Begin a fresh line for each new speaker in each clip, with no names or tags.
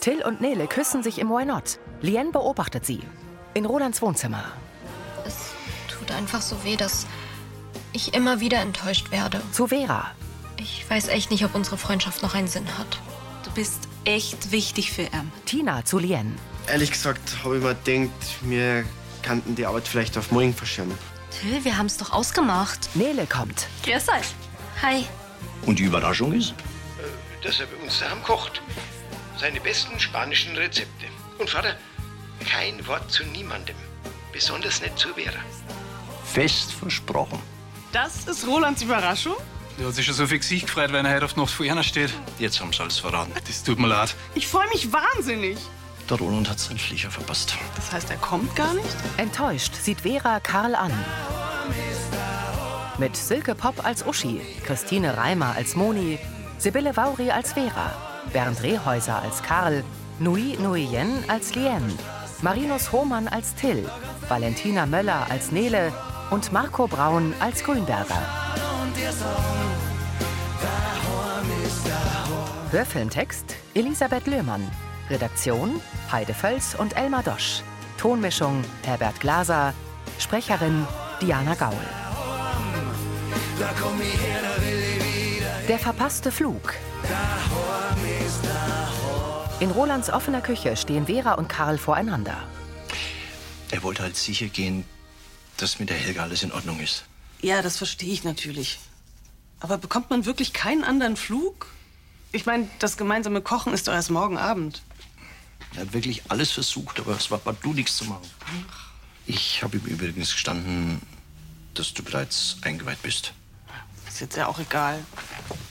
Till und Nele küssen sich im Why Not. Lien beobachtet sie. In Rolands Wohnzimmer.
Es tut einfach so weh, dass ich immer wieder enttäuscht werde.
Zu Vera.
Ich weiß echt nicht, ob unsere Freundschaft noch einen Sinn hat.
Du bist echt wichtig für ihn.
Tina zu Lien.
Ehrlich gesagt habe ich mir gedacht, wir könnten die Arbeit vielleicht auf morgen verschirmen.
Till, wir haben es doch ausgemacht.
Nele kommt.
Grüß euch.
halt.
Hi.
Und die Überraschung ist?
Äh, dass er bei uns daheim kocht. Seine besten spanischen Rezepte. Und Vater, kein Wort zu niemandem. Besonders nicht zu Vera.
Fest versprochen.
Das ist Rolands Überraschung?
Der hat sich schon so viel Gesicht gefreut, wenn er heute auf die Nacht vor einer steht.
Jetzt haben sie alles verraten.
Das tut mir leid.
Ich freue mich wahnsinnig.
Der Roland hat seinen Flieger verpasst.
Das heißt, er kommt gar nicht?
Enttäuscht sieht Vera Karl an. Mit Silke Pop als Uschi, Christine Reimer als Moni, Sibylle Vauri als Vera, Bernd Rehäuser als Karl, Nui Nuyen als Lien, Marinus Hohmann als Till, Valentina Möller als Nele und Marco Braun als Grünberger. Hörfilmtext Elisabeth Löhmann, Redaktion Heide Völz und Elmar Dosch, Tonmischung Herbert Glaser, Sprecherin Diana Gaul. Der verpasste Flug. In Rolands offener Küche stehen Vera und Karl voreinander.
Er wollte halt sicher gehen, dass mit der Helga alles in Ordnung ist.
Ja, das verstehe ich natürlich. Aber bekommt man wirklich keinen anderen Flug? Ich meine, das gemeinsame Kochen ist doch erst morgen Abend.
Er hat wirklich alles versucht, aber es war partout nichts zu machen. Ich habe ihm übrigens gestanden, dass du bereits eingeweiht bist.
Ist jetzt ja auch egal.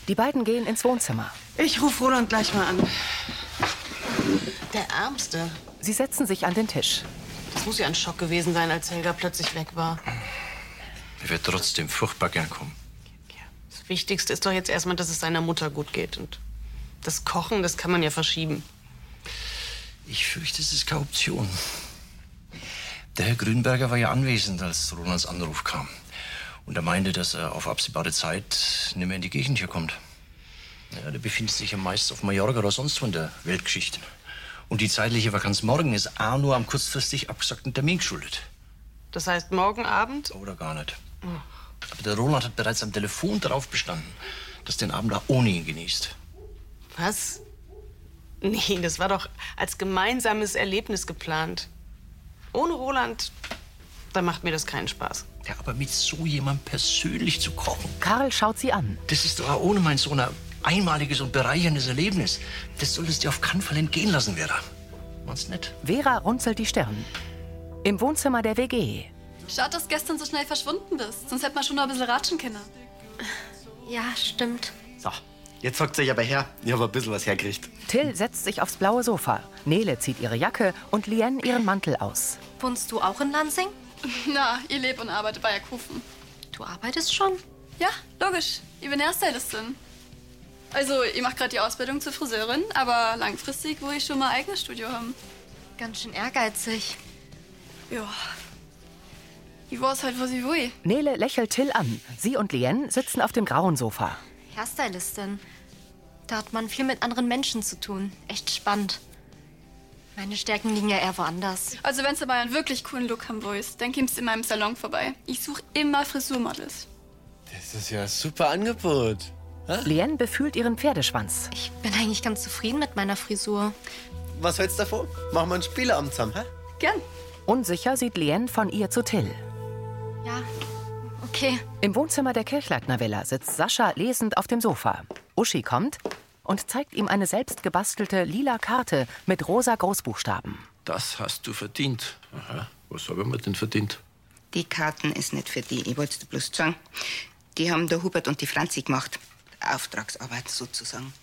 Die beiden gehen ins Wohnzimmer.
Ich rufe Roland gleich mal an.
Der Ärmste.
Sie setzen sich an den Tisch.
Das muss ja ein Schock gewesen sein, als Helga plötzlich weg war.
Er wird trotzdem furchtbar gern kommen.
Das Wichtigste ist doch jetzt erstmal, dass es seiner Mutter gut geht. Und das Kochen, das kann man ja verschieben.
Ich fürchte, es ist keine Option. Der Herr Grünberger war ja anwesend, als Rolands Anruf kam. Und er meinte, dass er auf absehbare Zeit nicht mehr in die Gegend hier kommt. Ja, der befindet sich ja meist auf Mallorca oder sonst wo in der Weltgeschichte. Und die zeitliche Vakanz morgen ist A nur am kurzfristig abgesagten Termin geschuldet.
Das heißt, morgen Abend?
Oder gar nicht. Aber der Roland hat bereits am Telefon darauf bestanden, dass den Abend da ohne ihn genießt.
Was? Nee, das war doch als gemeinsames Erlebnis geplant. Ohne Roland, da macht mir das keinen Spaß.
Ja, aber mit so jemandem persönlich zu kochen,
Karl schaut sie an.
das ist doch auch ohne meinen Sohn ein einmaliges und bereicherndes Erlebnis. Das solltest du dir auf keinen Fall entgehen lassen, Vera. Meinst du nicht?
Vera runzelt die Stirn. Im Wohnzimmer der WG.
Schade, dass gestern so schnell verschwunden bist. Sonst hätte man schon noch ein bisschen ratschen können.
Ja, stimmt.
So, jetzt hockt sich aber her. Ich habe ein bisschen was hergekriegt.
Till setzt sich aufs blaue Sofa. Nele zieht ihre Jacke und Lien ihren Mantel aus.
Wohnst du auch in Lansing?
Na, ich lebe und arbeite bei Jakufen.
Du arbeitest schon?
Ja, logisch. Ich bin Hairstylistin. Also, ich mache gerade die Ausbildung zur Friseurin, aber langfristig will ich schon mal ein eigenes Studio haben.
Ganz schön ehrgeizig.
Ja. Ich weiß halt, was ich will.
Nele lächelt Till an. Sie und Lien sitzen auf dem grauen Sofa.
Hairstylistin. Da hat man viel mit anderen Menschen zu tun. Echt spannend. Meine Stärken liegen ja eher woanders.
Also wenn du mal einen wirklich coolen Look haben willst, dann kommst du in meinem Salon vorbei. Ich suche immer Frisurmodels.
Das ist ja ein super Angebot.
Lien befühlt ihren Pferdeschwanz.
Ich bin eigentlich ganz zufrieden mit meiner Frisur.
Was hältst du davon? Machen wir einen Spieleabend zusammen, hä?
Gern.
Unsicher sieht Lien von ihr zu Till.
Ja, okay.
Im Wohnzimmer der Kirchleitner Villa sitzt Sascha lesend auf dem Sofa. Uschi kommt und zeigt ihm eine selbstgebastelte lila Karte mit rosa Großbuchstaben.
Das hast du verdient. Aha, was habe ich mir denn verdient?
Die Karten ist nicht für die, ich wollte dir bloß sagen. Die haben der Hubert und die Franzi gemacht. Auftragsarbeit sozusagen.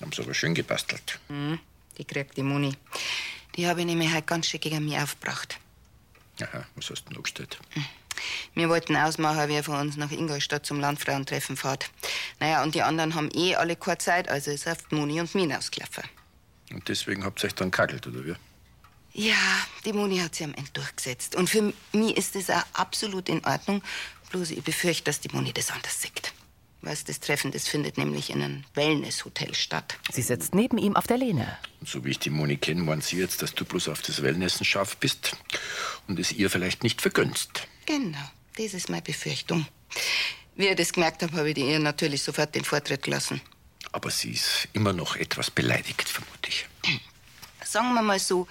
Haben sie aber schön gebastelt.
Mhm. Die kriegt die Moni. Die habe ich nämlich heute ganz schick gegen mich aufgebracht.
Aha, was hast du denn angestellt?
Wir wollten ausmachen, wer von uns nach Ingolstadt zum Landfrauentreffen fährt. Naja, und die anderen haben eh alle keine Zeit, also ist auf die Moni und mich ausgelaufen.
Und deswegen habt ihr euch dann kackelt, oder wie?
Ja, die Moni hat sie am Ende durchgesetzt. Und für mich ist das auch absolut in Ordnung. Bloß ich befürchte, dass die Moni das anders sieht. Was das Treffen, das findet nämlich in einem Wellnesshotel statt.
Sie sitzt neben ihm auf der Lehne.
Und so wie ich die Moni kenne, meint sie jetzt, dass du bloß auf das Wellnessen scharf bist und es ihr vielleicht nicht vergönnst.
Genau, das ist meine Befürchtung. Wie ich das gemerkt habe, habe ich ihr natürlich sofort den Vortritt gelassen.
Aber sie ist immer noch etwas beleidigt, vermutlich.
Sagen wir mal so,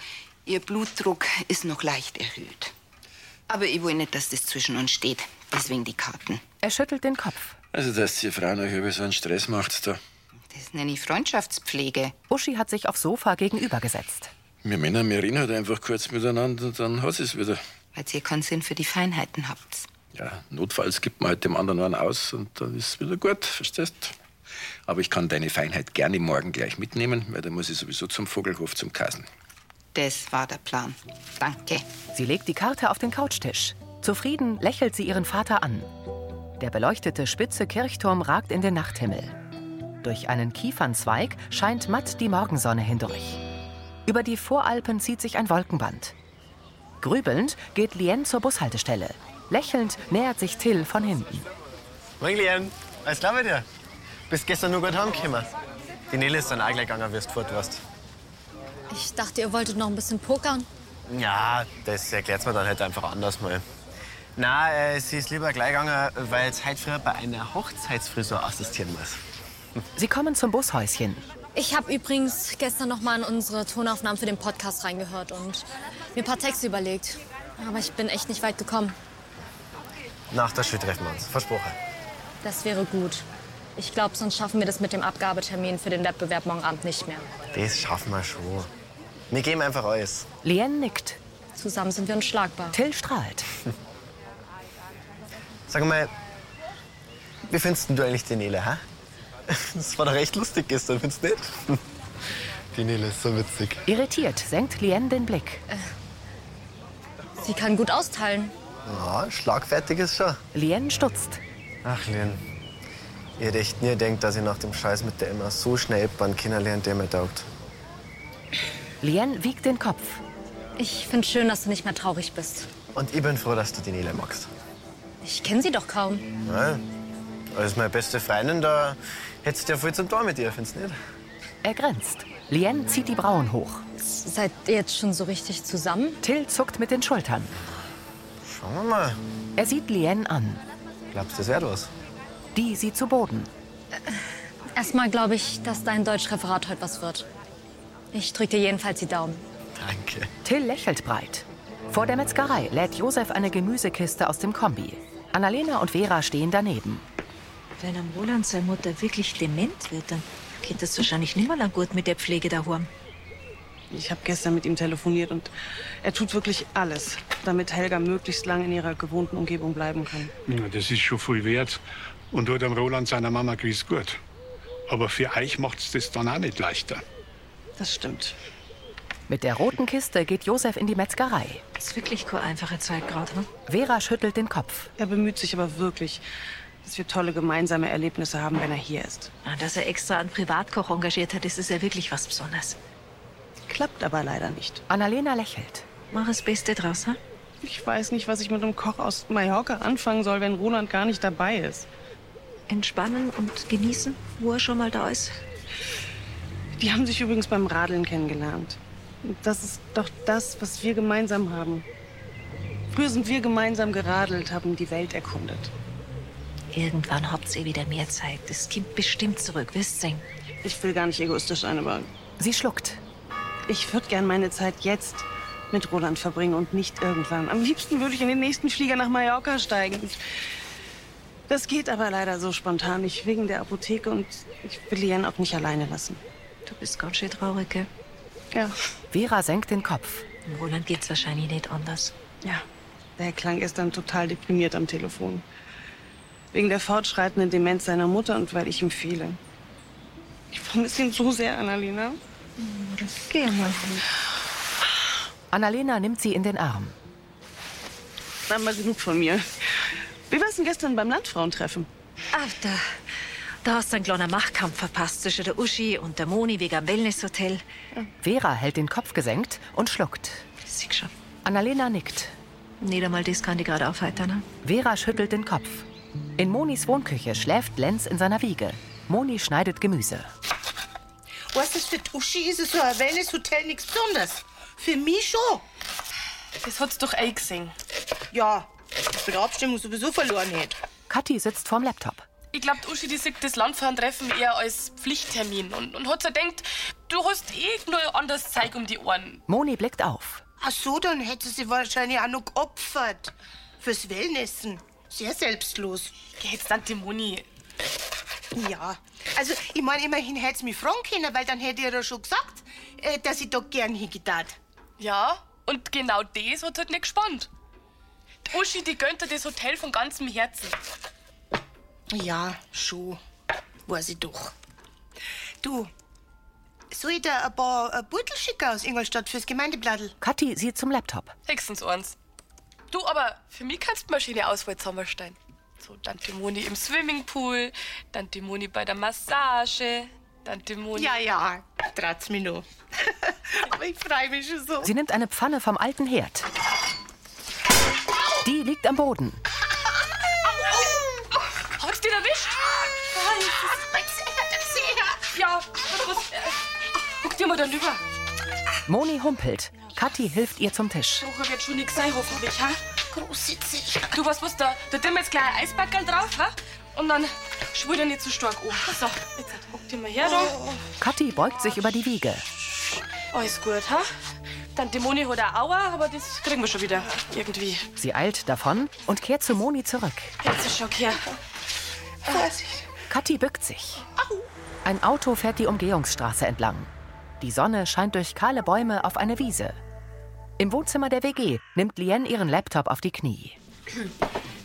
ihr Blutdruck ist noch leicht erhöht. Aber ich will nicht, dass das zwischen uns steht. Deswegen die Karten.
Er schüttelt den Kopf.
Also, dass die Frauen euch über so einen Stress macht, da.
Das nenne ich Freundschaftspflege.
Uschi hat sich aufs Sofa gegenübergesetzt.
Wir Männer, wir reden halt einfach kurz miteinander und dann hat es wieder.
Weil ihr keinen Sinn für die Feinheiten habt.
Ja, notfalls gibt man halt dem anderen einen aus und dann ist es wieder gut, verstehst? Aber ich kann deine Feinheit gerne morgen gleich mitnehmen, weil dann muss ich sowieso zum Vogelhof zum Kasen.
Das war der Plan. Danke.
Sie legt die Karte auf den Couchtisch. Zufrieden lächelt sie ihren Vater an. Der beleuchtete spitze Kirchturm ragt in den Nachthimmel. Durch einen Kiefernzweig scheint matt die Morgensonne hindurch. Über die Voralpen zieht sich ein Wolkenband. Grübelnd geht Lien zur Bushaltestelle. Lächelnd nähert sich Till von hinten.
Moin, Lian. Alles klar mit dir? Bist gestern nur gut heimgekommen. Die Nele ist dann auch gleich gegangen, wie du fort warst.
Ich dachte, ihr wolltet noch ein bisschen pokern.
Ja, das erklärt's mir dann halt einfach anders mal. Na, äh, sie ist lieber gleich gegangen, weil sie heute früher bei einer Hochzeitsfrisur assistieren muss.
Sie kommen zum Bushäuschen.
Ich habe übrigens gestern noch mal in unsere Tonaufnahmen für den Podcast reingehört und mir ein paar Texte überlegt. Aber ich bin echt nicht weit gekommen.
Nach der Schule treffen wir uns, versprochen.
Das wäre gut. Ich glaube, sonst schaffen wir das mit dem Abgabetermin für den Wettbewerb morgen Abend nicht mehr.
Das schaffen wir schon. Wir geben einfach alles.
Lien nickt.
Zusammen sind wir unschlagbar.
Till strahlt.
Sag mal, wie findest denn du eigentlich die Nele, hä? Das war doch echt lustig gestern, findest du nicht? Die Nele ist so witzig.
Irritiert senkt Lien den Blick.
Sie kann gut austeilen.
Ja, schlagfertig ist schon.
Lien stutzt.
Ach, Lien. Ihr hättet echt nie gedacht, dass ihr nach dem Scheiß mit der Emma so schnell beim Kinder lernt, der mir taugt.
Lien wiegt den Kopf.
Ich find's schön, dass du nicht mehr traurig bist.
Und ich bin froh, dass du die Nele magst.
Ich kenne sie doch kaum.
Ja, als meine beste Freundin, da hättest du ja viel zum Tor mit ihr, findest du nicht?
Er grinst. Lien zieht die Brauen hoch.
Seid ihr jetzt schon so richtig zusammen?
Till zuckt mit den Schultern.
Schauen wir mal.
Er sieht Lien an.
Glaubst du, das wäre was?
Die sieht zu Boden.
Erstmal glaube ich, dass dein Deutschreferat heute was wird. Ich drücke dir jedenfalls die Daumen.
Danke.
Till lächelt breit. Vor der Metzgerei lädt Josef eine Gemüsekiste aus dem Kombi. Annalena und Vera stehen daneben.
Wenn am Roland seine Mutter wirklich dement wird, dann geht das wahrscheinlich nicht mehr lang gut mit der Pflege daheim.
Ich habe gestern mit ihm telefoniert und er tut wirklich alles, damit Helga möglichst lange in ihrer gewohnten Umgebung bleiben kann.
Na, das ist schon viel wert. Und tut dem Roland seiner Mama gewiss gut. Aber für euch macht's das dann auch nicht leichter.
Das stimmt.
Mit der roten Kiste geht Josef in die Metzgerei.
Ist wirklich keine einfache Zeit gerade, ne?
Vera schüttelt den Kopf.
Er bemüht sich aber wirklich, dass wir tolle gemeinsame Erlebnisse haben, wenn er hier ist.
Ah, Dass er extra einen Privatkoch engagiert hat, das ist ja wirklich was Besonderes.
Klappt aber leider nicht.
Annalena lächelt.
Mach das Beste draus, ha?
Ich weiß nicht, was ich mit einem Koch aus Mallorca anfangen soll, wenn Roland gar nicht dabei ist.
Entspannen und genießen, wo er schon mal da ist.
Die haben sich übrigens beim Radeln kennengelernt. Und Das ist doch das, was wir gemeinsam haben. Früher sind wir gemeinsam geradelt, haben die Welt erkundet.
Irgendwann habt ihr wieder mehr Zeit. Das Kind bestimmt zurück, wisst ihr?
Ich will gar nicht egoistisch sein, aber...
Sie schluckt.
Ich würde gern meine Zeit jetzt mit Roland verbringen und nicht irgendwann. Am liebsten würde ich in den nächsten Flieger nach Mallorca steigen. Das geht aber leider so spontan nicht wegen der Apotheke und ich will Lian auch nicht alleine lassen.
Du bist ganz schön traurig, gell?
Ja.
Vera senkt den Kopf.
Dem Roland geht's wahrscheinlich nicht anders.
Ja, der klang gestern total deprimiert am Telefon. Wegen der fortschreitenden Demenz seiner Mutter und weil ich ihm fehle. Ich vermisse ihn so sehr, Annalena.
Geh mal.
Annalena nimmt sie in den Arm.
Dann mal genug von mir. Wie war's denn gestern beim Landfrauentreffen?
Ach, da, da hast du einen kleinen Machtkampf verpasst zwischen der Uschi und der Moni wegen am Wellnesshotel.
Vera hält den Kopf gesenkt und schluckt.
Sieg schon.
Annalena nickt.
Nicht einmal das kann die gerade aufheitern. Ne?
Vera schüttelt den Kopf. In Monis Wohnküche schläft Lenz in seiner Wiege. Moni schneidet Gemüse.
Weißt du, für die Uschi ist Oh, es so ein Wellness-Hotel nichts Besonderes. Für mich schon. Das hat's doch eh gesehen. Ja, bei der Abstimmung sowieso verloren hätte.
Kathi sitzt vorm Laptop.
Ich glaube, Uschi, die sieht das Landfahrentreffen eher als Pflichttermin und, und hat so denkt, du hast eh nur anders Zeug um die Ohren.
Moni blickt auf.
Ach so, dann hätte sie wahrscheinlich auch noch geopfert. Fürs Wellnessen. Sehr selbstlos. Jetzt Tante Moni. Ja, also ich meine, immerhin hätte sie mich fragen können, weil dann hätte ich ihr ja schon gesagt, äh, dass ich da gern hingetan.
Ja, und genau das hat halt nicht gespannt. Die Uschi, die gönnt dir das Hotel von ganzem Herzen.
Ja, schon. Weiß ich doch. Du, soll ich dir ein paar äh, Beutel schicken aus Ingolstadt fürs Gemeindeblattl?
Kathi sieht zum Laptop.
Höchstens eins. Du, aber für mich kannst du Maschine Auswahl Sommerstein. So, Tante Moni im Swimmingpool, Tante Moni bei der Massage, Tante Moni.
Ja, ja, trat's mir noch. Aber ich freue mich schon so.
Sie nimmt eine Pfanne vom alten Herd. Die liegt am Boden.
Hat's den Oh, erwischt? Ja, was, was, äh, guck dir mal da rüber.
Moni humpelt. Kathi hilft ihr zum Tisch.
Suche wird schon nix sein, hoffentlich, ha? Großsitzig. Du, was muss da? Da dimmen jetzt gleich ein Eisbackerl drauf, ha? Und dann schwul dir nicht zu stark an. So, jetzt guck dir mal her,
Oh.
da.
Kathi beugt sich über die Wiege.
Alles gut, ha? Dann die Moni hat eine Aua, aber das kriegen wir schon wieder. Irgendwie.
Sie eilt davon und kehrt zu Moni zurück.
Jetzt ist Schock her.
Kathi bückt sich. Ein Auto fährt die Umgehungsstraße entlang. Die Sonne scheint durch kahle Bäume auf eine Wiese. Im Wohnzimmer der WG nimmt Lien ihren Laptop auf die Knie.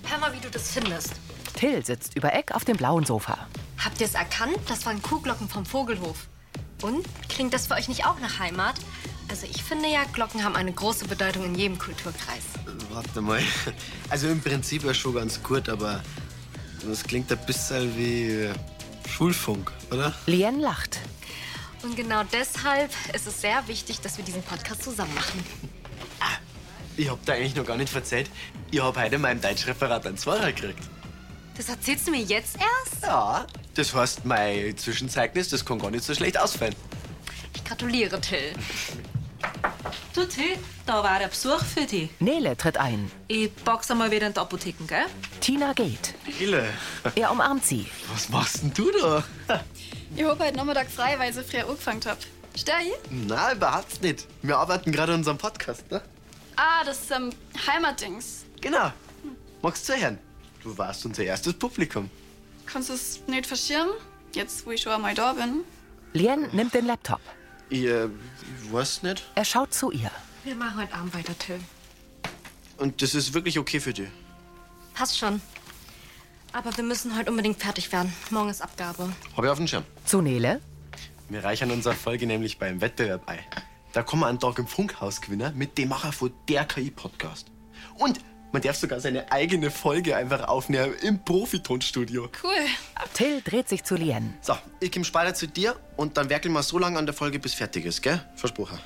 Hör mal, wie du das findest.
Till sitzt über Eck auf dem blauen Sofa.
Habt ihr es erkannt? Das waren Kuhglocken vom Vogelhof. Und klingt das für euch nicht auch nach Heimat? Also ich finde ja, Glocken haben eine große Bedeutung in jedem Kulturkreis.
Warte mal. Also im Prinzip ja schon ganz gut, aber das klingt ein bisschen wie äh, Schulfunk, oder?
Lien lacht.
Und genau deshalb ist es sehr wichtig, dass wir diesen Podcast zusammen machen.
Ich hab da eigentlich noch gar nicht erzählt. Ich hab heute in meinem Deutschreferat einen Zweier gekriegt.
Das erzählst du mir jetzt erst?
Ja. Das heißt, mein Zwischenzeugnis, das kann gar nicht so schlecht ausfallen.
Ich gratuliere, Till.
Du, Till, da war ein Besuch für dich.
Nele tritt ein.
Ich pack's einmal wieder in die Apotheken, gell?
Tina geht.
Ille,
Er umarmt sie.
was machst denn du da?
Ich hab heute Nachmittag frei, weil ich so früh angefangen hab. Stell hier?
Na, überhaupt nicht. Wir arbeiten gerade an unserem Podcast, ne?
Ah, das ähm, Heimatdings.
Genau. Magst du hören? Du warst unser erstes Publikum.
Kannst du es nicht verschirmen? Jetzt, wo ich schon einmal da bin.
Lien nimmt den Laptop.
Ich äh, weiß nicht.
Er schaut zu ihr.
Wir machen heute Abend weiter, Till.
Und das ist wirklich okay für dich.
Passt schon. Aber wir müssen heute unbedingt fertig werden. Morgen ist Abgabe.
Hab ich auf dem Schirm.
Zu Nele?
Wir reichern unsere Folge nämlich beim Wettbewerb ein. Da kommen wir einen Tag im Funkhaus gewinnen mit dem Macher von der KI-Podcast. Und man darf sogar seine eigene Folge einfach aufnehmen im Profitonstudio.
Cool.
Till dreht sich zu Lien.
So, ich komm später zu dir und dann werkeln wir so lange an der Folge, bis fertig ist, gell? Versprochen.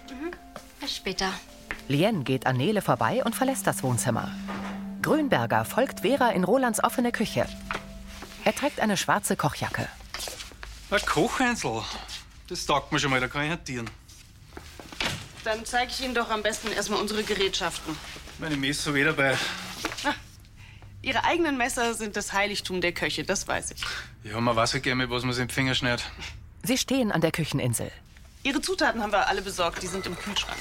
Bis später.
Lien geht an Nele vorbei und verlässt das Wohnzimmer. Grünberger folgt Vera in Rolands offene Küche. Er trägt eine schwarze Kochjacke.
Ein Kochhänsel. Das taugt mir schon mal, da kann ich hantieren.
Dann zeige ich Ihnen doch am besten erstmal unsere Gerätschaften.
Meine Messer weh dabei.
Ihre eigenen Messer sind das Heiligtum der Köche, das weiß ich.
Ich hab mir Wasser gegeben, mit was man sich den Finger schneidet.
Sie stehen an der Kücheninsel.
Ihre Zutaten haben wir alle besorgt, die sind im Kühlschrank.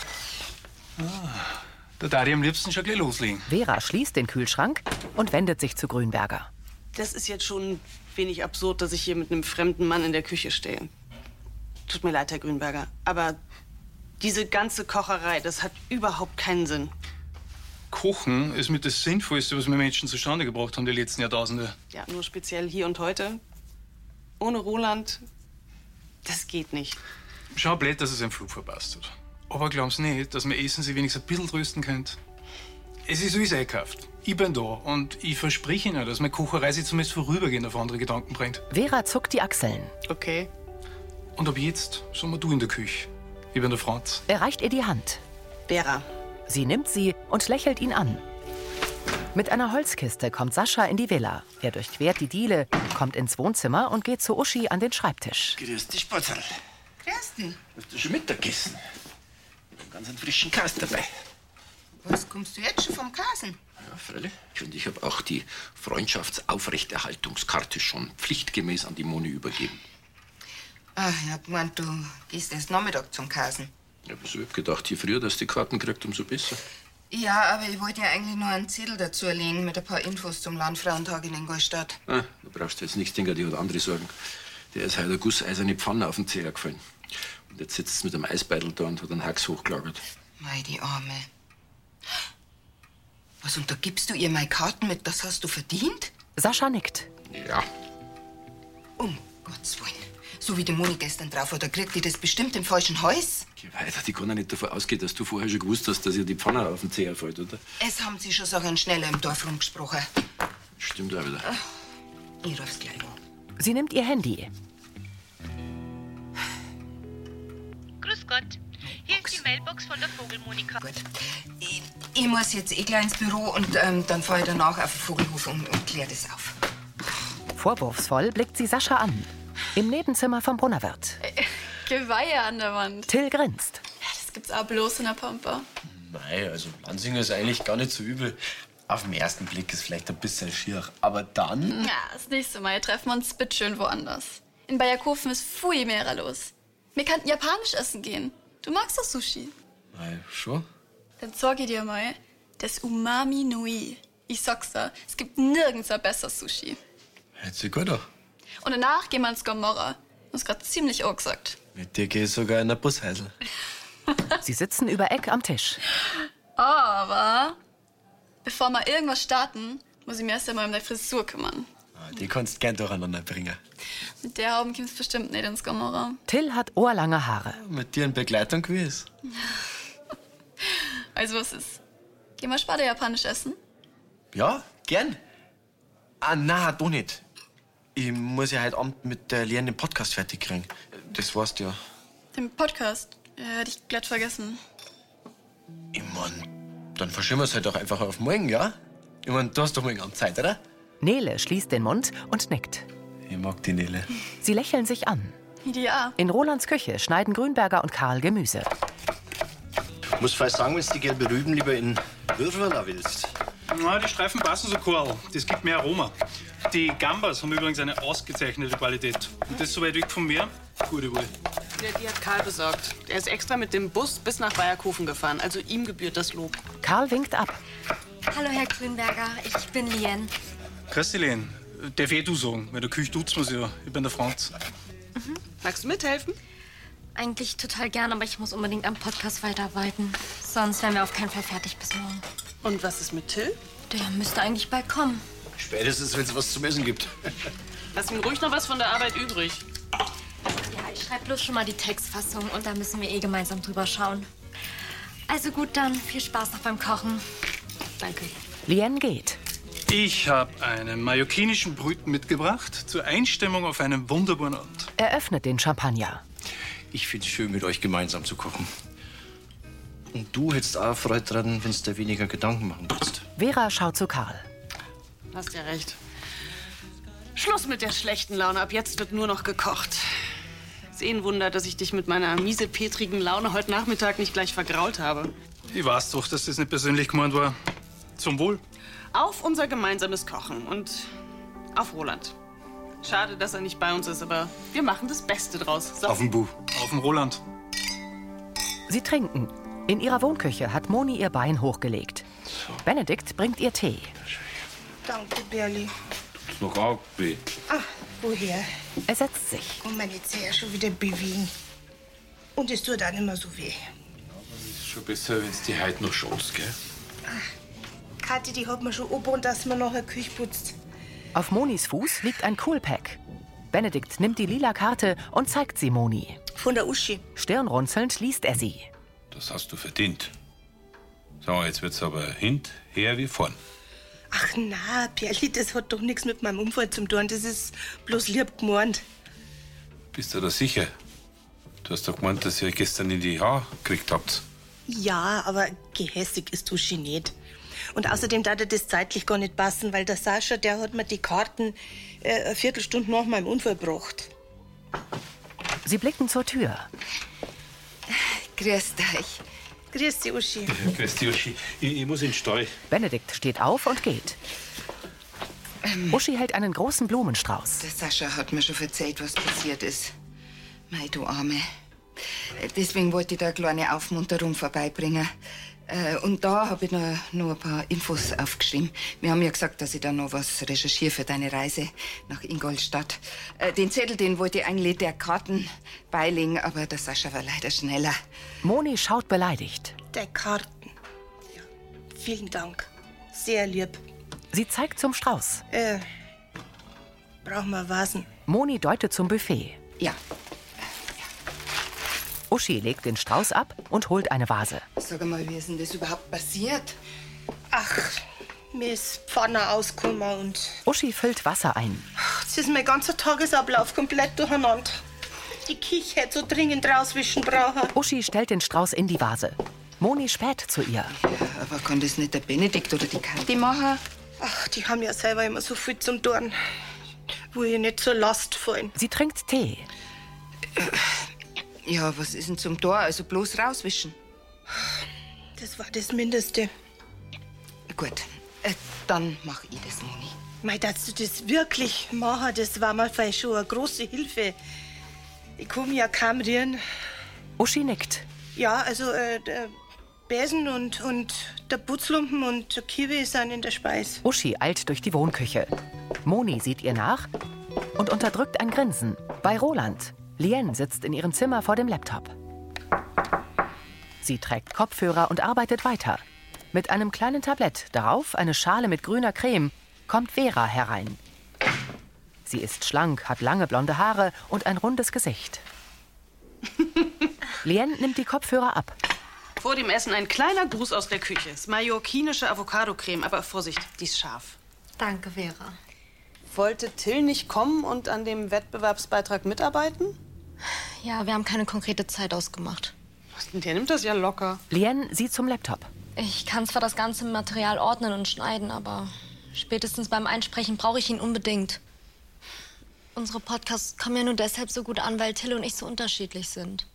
Ah, Da darf ich am liebsten schon gleich loslegen.
Vera schließt den Kühlschrank und wendet sich zu Grünberger.
Das ist jetzt schon ein wenig absurd, dass ich hier mit einem fremden Mann in der Küche stehe. Tut mir leid, Herr Grünberger, aber diese ganze Kocherei, das hat überhaupt keinen Sinn.
Kochen ist mit das Sinnvollste, was wir Menschen zustande gebracht haben die letzten Jahrtausende.
Ja, nur speziell hier und heute. Ohne Roland, das geht nicht.
Schau blöd, dass es einen Flug verpasst hat. Aber glauben's nicht, dass man Essen sie wenigstens ein bisschen trösten könnt. Es ist so, wie es einkauft. Ich bin da und ich verspreche Ihnen, dass meine Kocherei sie zumindest vorübergehend auf andere Gedanken bringt.
Vera zuckt die Achseln.
Okay.
Und ab jetzt sind wir du in der Küche. Ich bin der Franz.
Er reicht ihr die Hand.
Vera.
Sie nimmt sie und lächelt ihn an. Mit einer Holzkiste kommt Sascha in die Villa. Er durchquert die Diele, kommt ins Wohnzimmer und geht zu Uschi an den Schreibtisch.
Grüß dich, Spatzel.
Grüß dich.
Hast du schon Mittagessen? Einen ganz einen frischen Kass dabei.
Was kommst du jetzt schon vom Kasen?
Ja, freilich. Und ich habe auch die Freundschaftsaufrechterhaltungskarte schon pflichtgemäß an die Moni übergeben.
Ach, ich hab Ah, gemeint, du gehst erst Nachmittag zum Kasen.
Ja, wieso? Ich hab gedacht, je früher dass die Karten kriegt, umso besser.
Ja, aber ich wollte ja eigentlich nur einen Zettel dazu erlegen mit ein paar Infos zum Landfrauentag in Ingolstadt.
Ah, da brauchst du jetzt nichts denken, die hat andere Sorgen. Der ist heute eine gusseiserne Pfanne auf den Zeher gefallen. Und jetzt sitzt mit einem Eisbeitel da und hat einen Hax hochgelagert.
Mei, die Arme. Was, und da gibst du ihr meine Karten mit? Das hast du verdient?
Sascha nickt.
Ja.
Um Gottes Willen. So wie die Moni gestern drauf war, da kriegt die das bestimmt im falschen Haus.
Weiter, die kann ja nicht davon ausgehen, dass du vorher schon gewusst hast, dass ihr die Pfanne auf den Zeher fällt, oder?
Es haben sie schon Sachen schneller im Dorf rumgesprochen.
Stimmt auch wieder.
Ich ruf's gleich an.
Sie nimmt ihr Handy.
Grüß Gott. Hier ist die Mailbox von der Vogelmonika.
Ich, ich muss jetzt eh gleich ins Büro und ähm, dann fahr ich danach auf den Vogelhof und, und klär das auf.
Vorwurfsvoll blickt sie Sascha an. Im Nebenzimmer vom Brunnerwirt.
Geweihe an der Wand.
Till grinst.
Das gibt's auch bloß in der Pampa.
Nein, also Lansinger ist eigentlich gar nicht so übel. Auf den ersten Blick ist vielleicht ein bisschen schier, aber dann.
Ja, das nächste Mal treffen wir uns bitteschön woanders. In Bayerkofen ist viel mehr los. Wir könnten japanisch essen gehen. Du magst doch Sushi.
Nein, schon.
Dann zeig ich dir mal das Umami Nui. Ich sag's dir, es gibt nirgends ein besseres Sushi.
Hört sich gut an.
Und danach gehen wir ins Gomorra. Das ist gerade ziemlich angesagt.
Mit dir geh ich sogar in der Busheisel.
Sie sitzen über Eck am Tisch.
Aber bevor wir irgendwas starten, muss ich mir erst einmal um deine Frisur kümmern.
Ah, Die kannst gern durcheinander bringen.
Mit der Hauben kommst du bestimmt nicht ins Gomorra.
Till hat ohrlange Haare.
Mit dir in Begleitung gewiss.
Also was ist? Gehen wir Spade japanisch essen?
Ja, gern. Ah, na, du nicht. Ich muss ja heute Abend mit der Lehren den Podcast fertig kriegen. Das weißt du ja.
Den Podcast äh, hätte ich glatt vergessen.
Ich mein, dann verschieben wir es halt doch einfach auf morgen, ja? Ich mein, du hast doch morgen Abend Zeit, oder?
Nele schließt den Mund und nickt.
Ich mag die Nele.
Sie lächeln sich an.
Ja.
In Rolands Küche schneiden Grünberger und Karl Gemüse.
Muss fast sagen, wenn du die gelbe Rüben lieber in Würfeler willst.
Na, die Streifen passen so cool. Das gibt mehr Aroma. Die Gambas haben übrigens eine ausgezeichnete Qualität. Und das so weit weg vom Meer? Gute Wohl.
Ja, die hat Karl besorgt. Er ist extra mit dem Bus bis nach Bayerkofen gefahren. Also ihm gebührt das Lob.
Karl winkt ab.
Hallo, Herr Grünberger. Ich bin Lien.
Grüß dich, Len. Darf eh du sagen, weil der Küche tut's mir's ja. Ich bin der Franz.
Mhm. Magst du mithelfen?
Eigentlich total gern, aber ich muss unbedingt am Podcast weiterarbeiten. Sonst wären wir auf keinen Fall fertig bis morgen.
Und was ist mit Till?
Der müsste eigentlich bald kommen.
Spätestens, wenn es was zum Essen gibt.
Lass ihm ruhig noch was von der Arbeit übrig.
Ja, ich schreibe bloß schon mal die Textfassung und da müssen wir eh gemeinsam drüber schauen. Also gut dann, viel Spaß noch beim Kochen.
Danke.
Lien geht.
Ich habe einen mallorquinischen Brüten mitgebracht zur Einstimmung auf einen wunderbaren Abend.
Er öffnet den Champagner.
Ich find's schön, mit euch gemeinsam zu kochen. Und du hättest auch Freude dran, wenn du dir weniger Gedanken machen würdest.
Vera schaut zu Karl.
Hast ja recht. Schluss mit der schlechten Laune. Ab jetzt wird nur noch gekocht. Sehen Wunder, dass ich dich mit meiner miesepetrigen Laune heute Nachmittag nicht gleich vergrault habe.
Ich weiß doch, dass das nicht persönlich gemeint war. Zum Wohl.
Auf unser gemeinsames Kochen und auf Roland. Schade, dass er nicht bei uns ist, aber wir machen das Beste draus. So.
dem Buch. Auf dem Roland.
Sie trinken. In ihrer Wohnküche hat Moni ihr Bein hochgelegt. Benedikt bringt ihr Tee.
Danke, Berli.
Noch auch weh.
Ah, woher?
Er setzt sich.
Und meine Zehe schon wieder bewegen. Und es tut auch nicht mehr so weh.
Ist schon besser, wenn es die heute noch schaust, gell?
Kathi, die hat mir schon oben, dass man noch eine Küche putzt.
Auf Monis Fuß liegt ein Coolpack. Benedikt nimmt die lila Karte und zeigt sie Moni.
Von der Uschi.
Stirnrunzelnd liest er sie.
Das hast du verdient. So, jetzt wird's aber hinterher wie vorn.
Ach na, Berli, das hat doch nichts mit meinem Unfall zu tun. Das ist bloß lieb gemeint.
Bist du da sicher? Du hast doch gemeint, dass ihr gestern in die Haare gekriegt habt.
Ja, aber gehässig ist Uschi nicht. Und außerdem darf das zeitlich gar nicht passen, weil der Sascha, der hat mir die Karten äh, eine Viertelstunde nach meinem Unfall gebracht.
Sie blicken zur Tür.
Grüß dich.
Grüß dich, Uschi.
Grüß dich, Uschi. Ich, ich muss in den Stall.
Benedikt steht auf und geht. Uschi hält einen großen Blumenstrauß.
Der Sascha hat mir schon erzählt, was passiert ist. Mei, du Arme. Äh, Deswegen wollte ich da eine kleine Aufmunterung vorbeibringen. Äh, Und da habe ich noch, noch ein paar Infos aufgeschrieben. Wir haben ja gesagt, dass ich da noch was recherchiere für deine Reise nach Ingolstadt. Äh, Den Zettel, den wollte ich eigentlich der Karten beilegen, aber der Sascha war leider schneller.
Moni schaut beleidigt.
Der Karten. Ja, vielen Dank. Sehr lieb.
Sie zeigt zum Strauß.
Äh, brauchen wir Vasen.
Moni deutet zum Buffet.
Ja.
Uschi legt den Strauß ab und holt eine Vase.
Sag mal, wie ist denn das überhaupt passiert?
Ach, mir ist Pfanne ausgekommen und
Uschi füllt Wasser ein.
jetzt ist mein ganzer Tagesablauf komplett durcheinander. Die Küche hätte so dringend rauswischen brauchen.
Uschi stellt den Strauß in die Vase. Moni späht zu ihr.
Aber kann das nicht der Benedikt oder die Kathi?
Die machen? Ach, die haben ja selber immer so viel zum Tun. Wo ihr nicht zur Last fallen.
Sie trinkt Tee.
Äh, Ja, was ist denn zum Tor? Also bloß rauswischen.
Das war das Mindeste.
Gut, äh, dann mach ich das, Moni.
Mei, dass du das wirklich machen, das war mir vielleicht schon eine große Hilfe. Ich komme ja kaum rein.
Uschi nickt.
Ja, also äh, der Besen und, und der Putzlumpen und der Kiwi sind in der Speis.
Uschi eilt durch die Wohnküche. Moni sieht ihr nach und unterdrückt ein Grinsen. Bei Roland. Lien sitzt in ihrem Zimmer vor dem Laptop. Sie trägt Kopfhörer und arbeitet weiter. Mit einem kleinen Tablett, darauf eine Schale mit grüner Creme, kommt Vera herein. Sie ist schlank, hat lange blonde Haare und ein rundes Gesicht. Lien nimmt die Kopfhörer ab.
Vor dem Essen ein kleiner Gruß aus der Küche. Es ist Mallorquinische Avocado-Creme, aber Vorsicht, die ist scharf.
Danke, Vera.
Wollte Till nicht kommen und an dem Wettbewerbsbeitrag mitarbeiten?
Ja, wir haben keine konkrete Zeit ausgemacht.
Der nimmt das ja locker.
Lien sieht zum Laptop.
Ich kann zwar das ganze Material ordnen und schneiden, aber spätestens beim Einsprechen brauche ich ihn unbedingt. Unsere Podcasts kommen ja nur deshalb so gut an, weil Till und ich so unterschiedlich sind.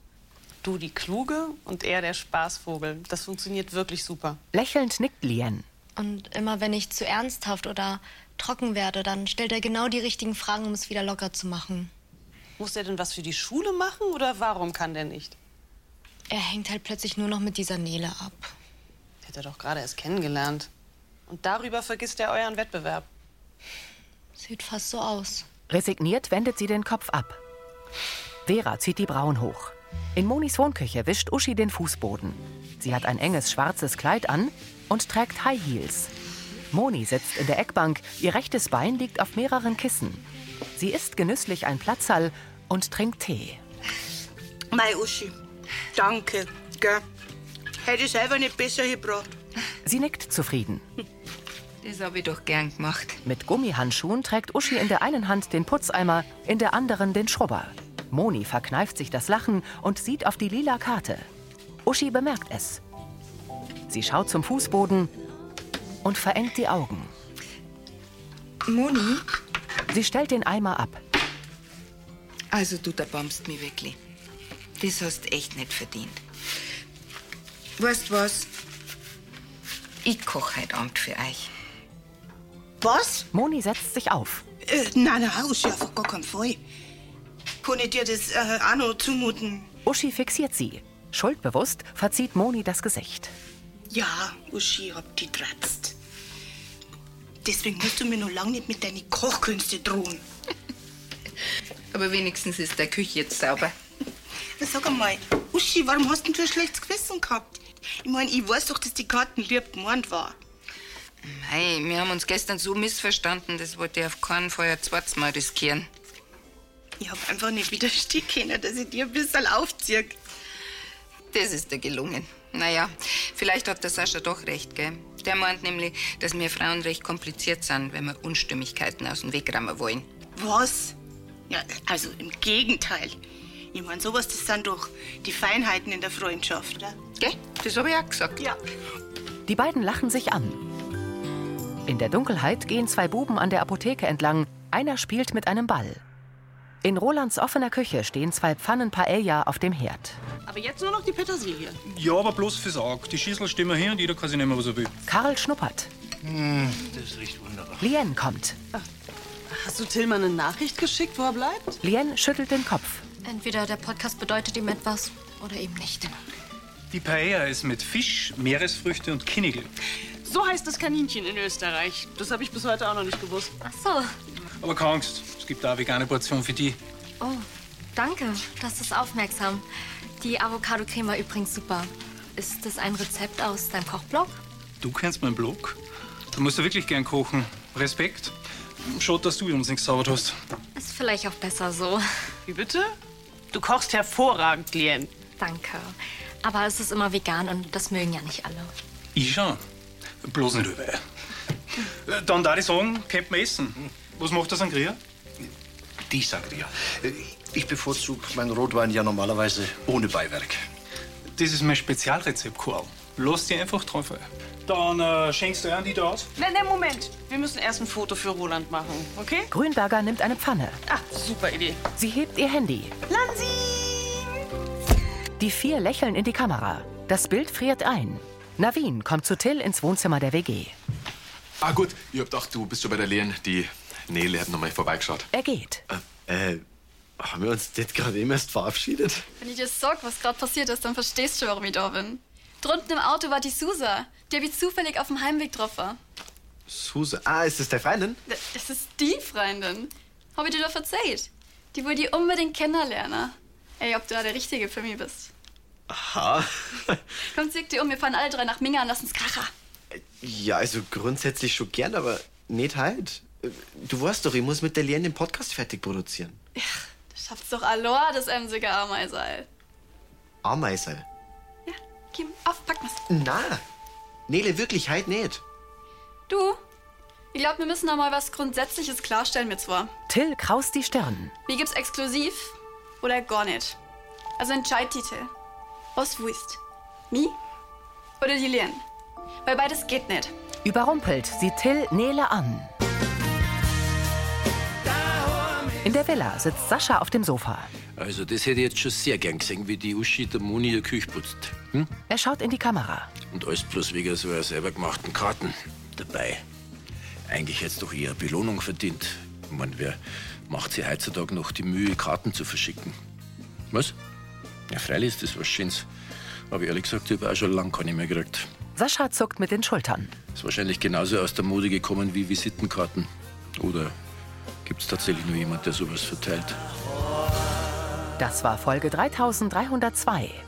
Du die Kluge und er der Spaßvogel. Das funktioniert wirklich super.
Lächelnd nickt Lien.
Und immer wenn ich zu ernsthaft oder trocken werde, dann stellt er genau die richtigen Fragen, um es wieder locker zu machen.
Muss er denn was für die Schule machen oder warum kann der nicht?
Er hängt halt plötzlich nur noch mit dieser Nele ab.
Hätte er doch gerade erst kennengelernt. Und darüber vergisst er euren Wettbewerb.
Sieht fast so aus.
Resigniert wendet sie den Kopf ab. Vera zieht die Brauen hoch. In Monis Wohnküche wischt Uschi den Fußboden. Sie hat ein enges schwarzes Kleid an und trägt High Heels. Moni sitzt in der Eckbank, ihr rechtes Bein liegt auf mehreren Kissen. Sie isst genüsslich ein Platzhall und trinkt Tee.
Mei Uschi, danke, gell? Hätte ich selber nicht besser gebracht.
Sie nickt zufrieden.
Das habe ich doch gern gemacht.
Mit Gummihandschuhen trägt Uschi in der einen Hand den Putzeimer, in der anderen den Schrubber. Moni verkneift sich das Lachen und sieht auf die lila Karte. Uschi bemerkt es. Sie schaut zum Fußboden und verengt die Augen.
Moni?
Sie stellt den Eimer ab.
Also du, da bombst mich wirklich. Das hast echt nicht verdient. Weißt was? Ich koche heute Abend für euch.
Was?
Moni setzt sich auf.
Äh, nein, nein, Uschi, auf gar keinen Fall. Kann ich dir das äh, auch noch zumuten?
Uschi fixiert sie. Schuldbewusst verzieht Moni das Gesicht.
Ja, Uschi, hab die tratzt. Deswegen musst du mir noch lange nicht mit deinen Kochkünsten drohen.
Aber wenigstens ist der Küche jetzt sauber.
Na, sag einmal, Uschi, warum hast denn du ein schlechtes Gewissen gehabt? Ich mein, ich weiß doch, dass die Karten lieb gemeint war.
Hey, wir haben uns gestern so missverstanden, das wollte ich auf keinen Fall ein zweites Mal riskieren.
Ich hab einfach nicht widerstehen können, dass ich dir ein bisschen aufziehe.
Das ist dir gelungen. Naja, vielleicht hat der Sascha doch recht, gell? Der meint nämlich, dass wir Frauen recht kompliziert sind, wenn wir Unstimmigkeiten aus dem Weg rammen wollen.
Was? Ja, also im Gegenteil. Ich mein, sowas, das sind doch die Feinheiten in der Freundschaft, oder?
Gell? Das habe ich auch gesagt.
Ja.
Die beiden lachen sich an. In der Dunkelheit gehen zwei Buben an der Apotheke entlang. Einer spielt mit einem Ball. In Rolands offener Küche stehen zwei Pfannen Paella auf dem Herd.
Aber jetzt nur noch die Petersilie.
Ja, aber bloß fürs Auge. Die Schüssel stehen wir hier und jeder kann sich nehmen, was er will.
Karl schnuppert.
Hm, Das riecht wunderbar.
Lien kommt.
Hast du Tillmann eine Nachricht geschickt, wo er bleibt?
Lien schüttelt den Kopf.
Entweder der Podcast bedeutet ihm etwas oder eben nicht.
Die Paella ist mit Fisch, Meeresfrüchte und Kinigel.
So heißt das Kaninchen in Österreich. Das habe ich bis heute auch noch nicht gewusst.
Ach so.
Aber keine Angst, es gibt da eine vegane Portion für die.
Oh, danke. Das ist aufmerksam. Die Avocado-Creme war übrigens super. Ist das ein Rezept aus deinem Kochblog?
Du kennst meinen Blog. Du musst ja wirklich gern kochen. Respekt. Schade, dass du uns nichts zaubert hast.
Ist vielleicht auch besser so.
Wie bitte? Du kochst hervorragend, Lien.
Danke. Aber es ist immer vegan und das mögen ja nicht alle.
Ich schon. Bloß nicht über. Dann darf ich sagen, könnte man essen. Was macht das an Grier?
Die Sangria. Äh, Ich bevorzuge meinen Rotwein ja normalerweise ohne Beiwerk.
Das ist mein Spezialrezept, Karl. Lass dich einfach drauf ein. Dann äh, schenkst du einen die da aus.
Nein, nein, Moment. Wir müssen erst ein Foto für Roland machen, okay?
Grünberger nimmt eine Pfanne.
Ah, super Idee.
Sie hebt ihr Handy. Die vier lächeln in die Kamera. Das Bild friert ein. Navin kommt zu Till ins Wohnzimmer der WG.
Ah, gut, ich hab gedacht, du bist schon bei der Lehn. Die Nele hat nochmal vorbeigeschaut.
Er geht.
Äh, haben wir uns nicht gerade eben erst verabschiedet?
Wenn ich dir sag, was gerade passiert ist, dann verstehst du, warum ich da bin. Drunten im Auto war die Susa, die hab ich zufällig auf dem Heimweg getroffen.
Susan. Ah, ist das deine Freundin?
D- Das ist die Freundin. Hab ich dir doch erzählt. Die will die unbedingt kennenlernen. Ey, ob du da der Richtige für mich bist.
Aha.
Komm, zieh dir um, wir fahren alle drei nach Minga und lassen uns kracher.
Ja, also grundsätzlich schon gern, aber nicht halt. Du weißt doch, ich muss mit der Lien den Podcast fertig produzieren.
Das schafft's doch Aloha, das emsige Ameisei.
Ameisel.
Kim, auf, pack mal's.
Na, Nele, wirklich halt nicht.
Du, ich glaub, wir müssen da mal was Grundsätzliches klarstellen, wir zwar.
Till kraust die Stirn.
Mir gibt's exklusiv oder gar nicht. Also entscheid Titel. Was willst? Mi oder die Lien? Weil beides geht nicht.
Überrumpelt sieht Till Nele an. In der Villa sitzt Sascha auf dem Sofa.
Also, das hätte ich jetzt schon sehr gern gesehen, wie die Uschi der Moni ihr Küche putzt. Hm?
Er schaut in die Kamera.
Und alles bloß wegen so einer selber gemachten Karten dabei. Eigentlich hätte doch eher Belohnung verdient. Ich meine, wer macht sich heutzutage noch die Mühe, Karten zu verschicken? Was? Ja, freilich ist das was Schönes. Aber ehrlich gesagt, ich habe auch schon lange keine mehr gekriegt.
Sascha zuckt mit den Schultern.
Ist wahrscheinlich genauso aus der Mode gekommen wie Visitenkarten. Oder gibt es tatsächlich nur jemand, der sowas verteilt?
Das war Folge 3302.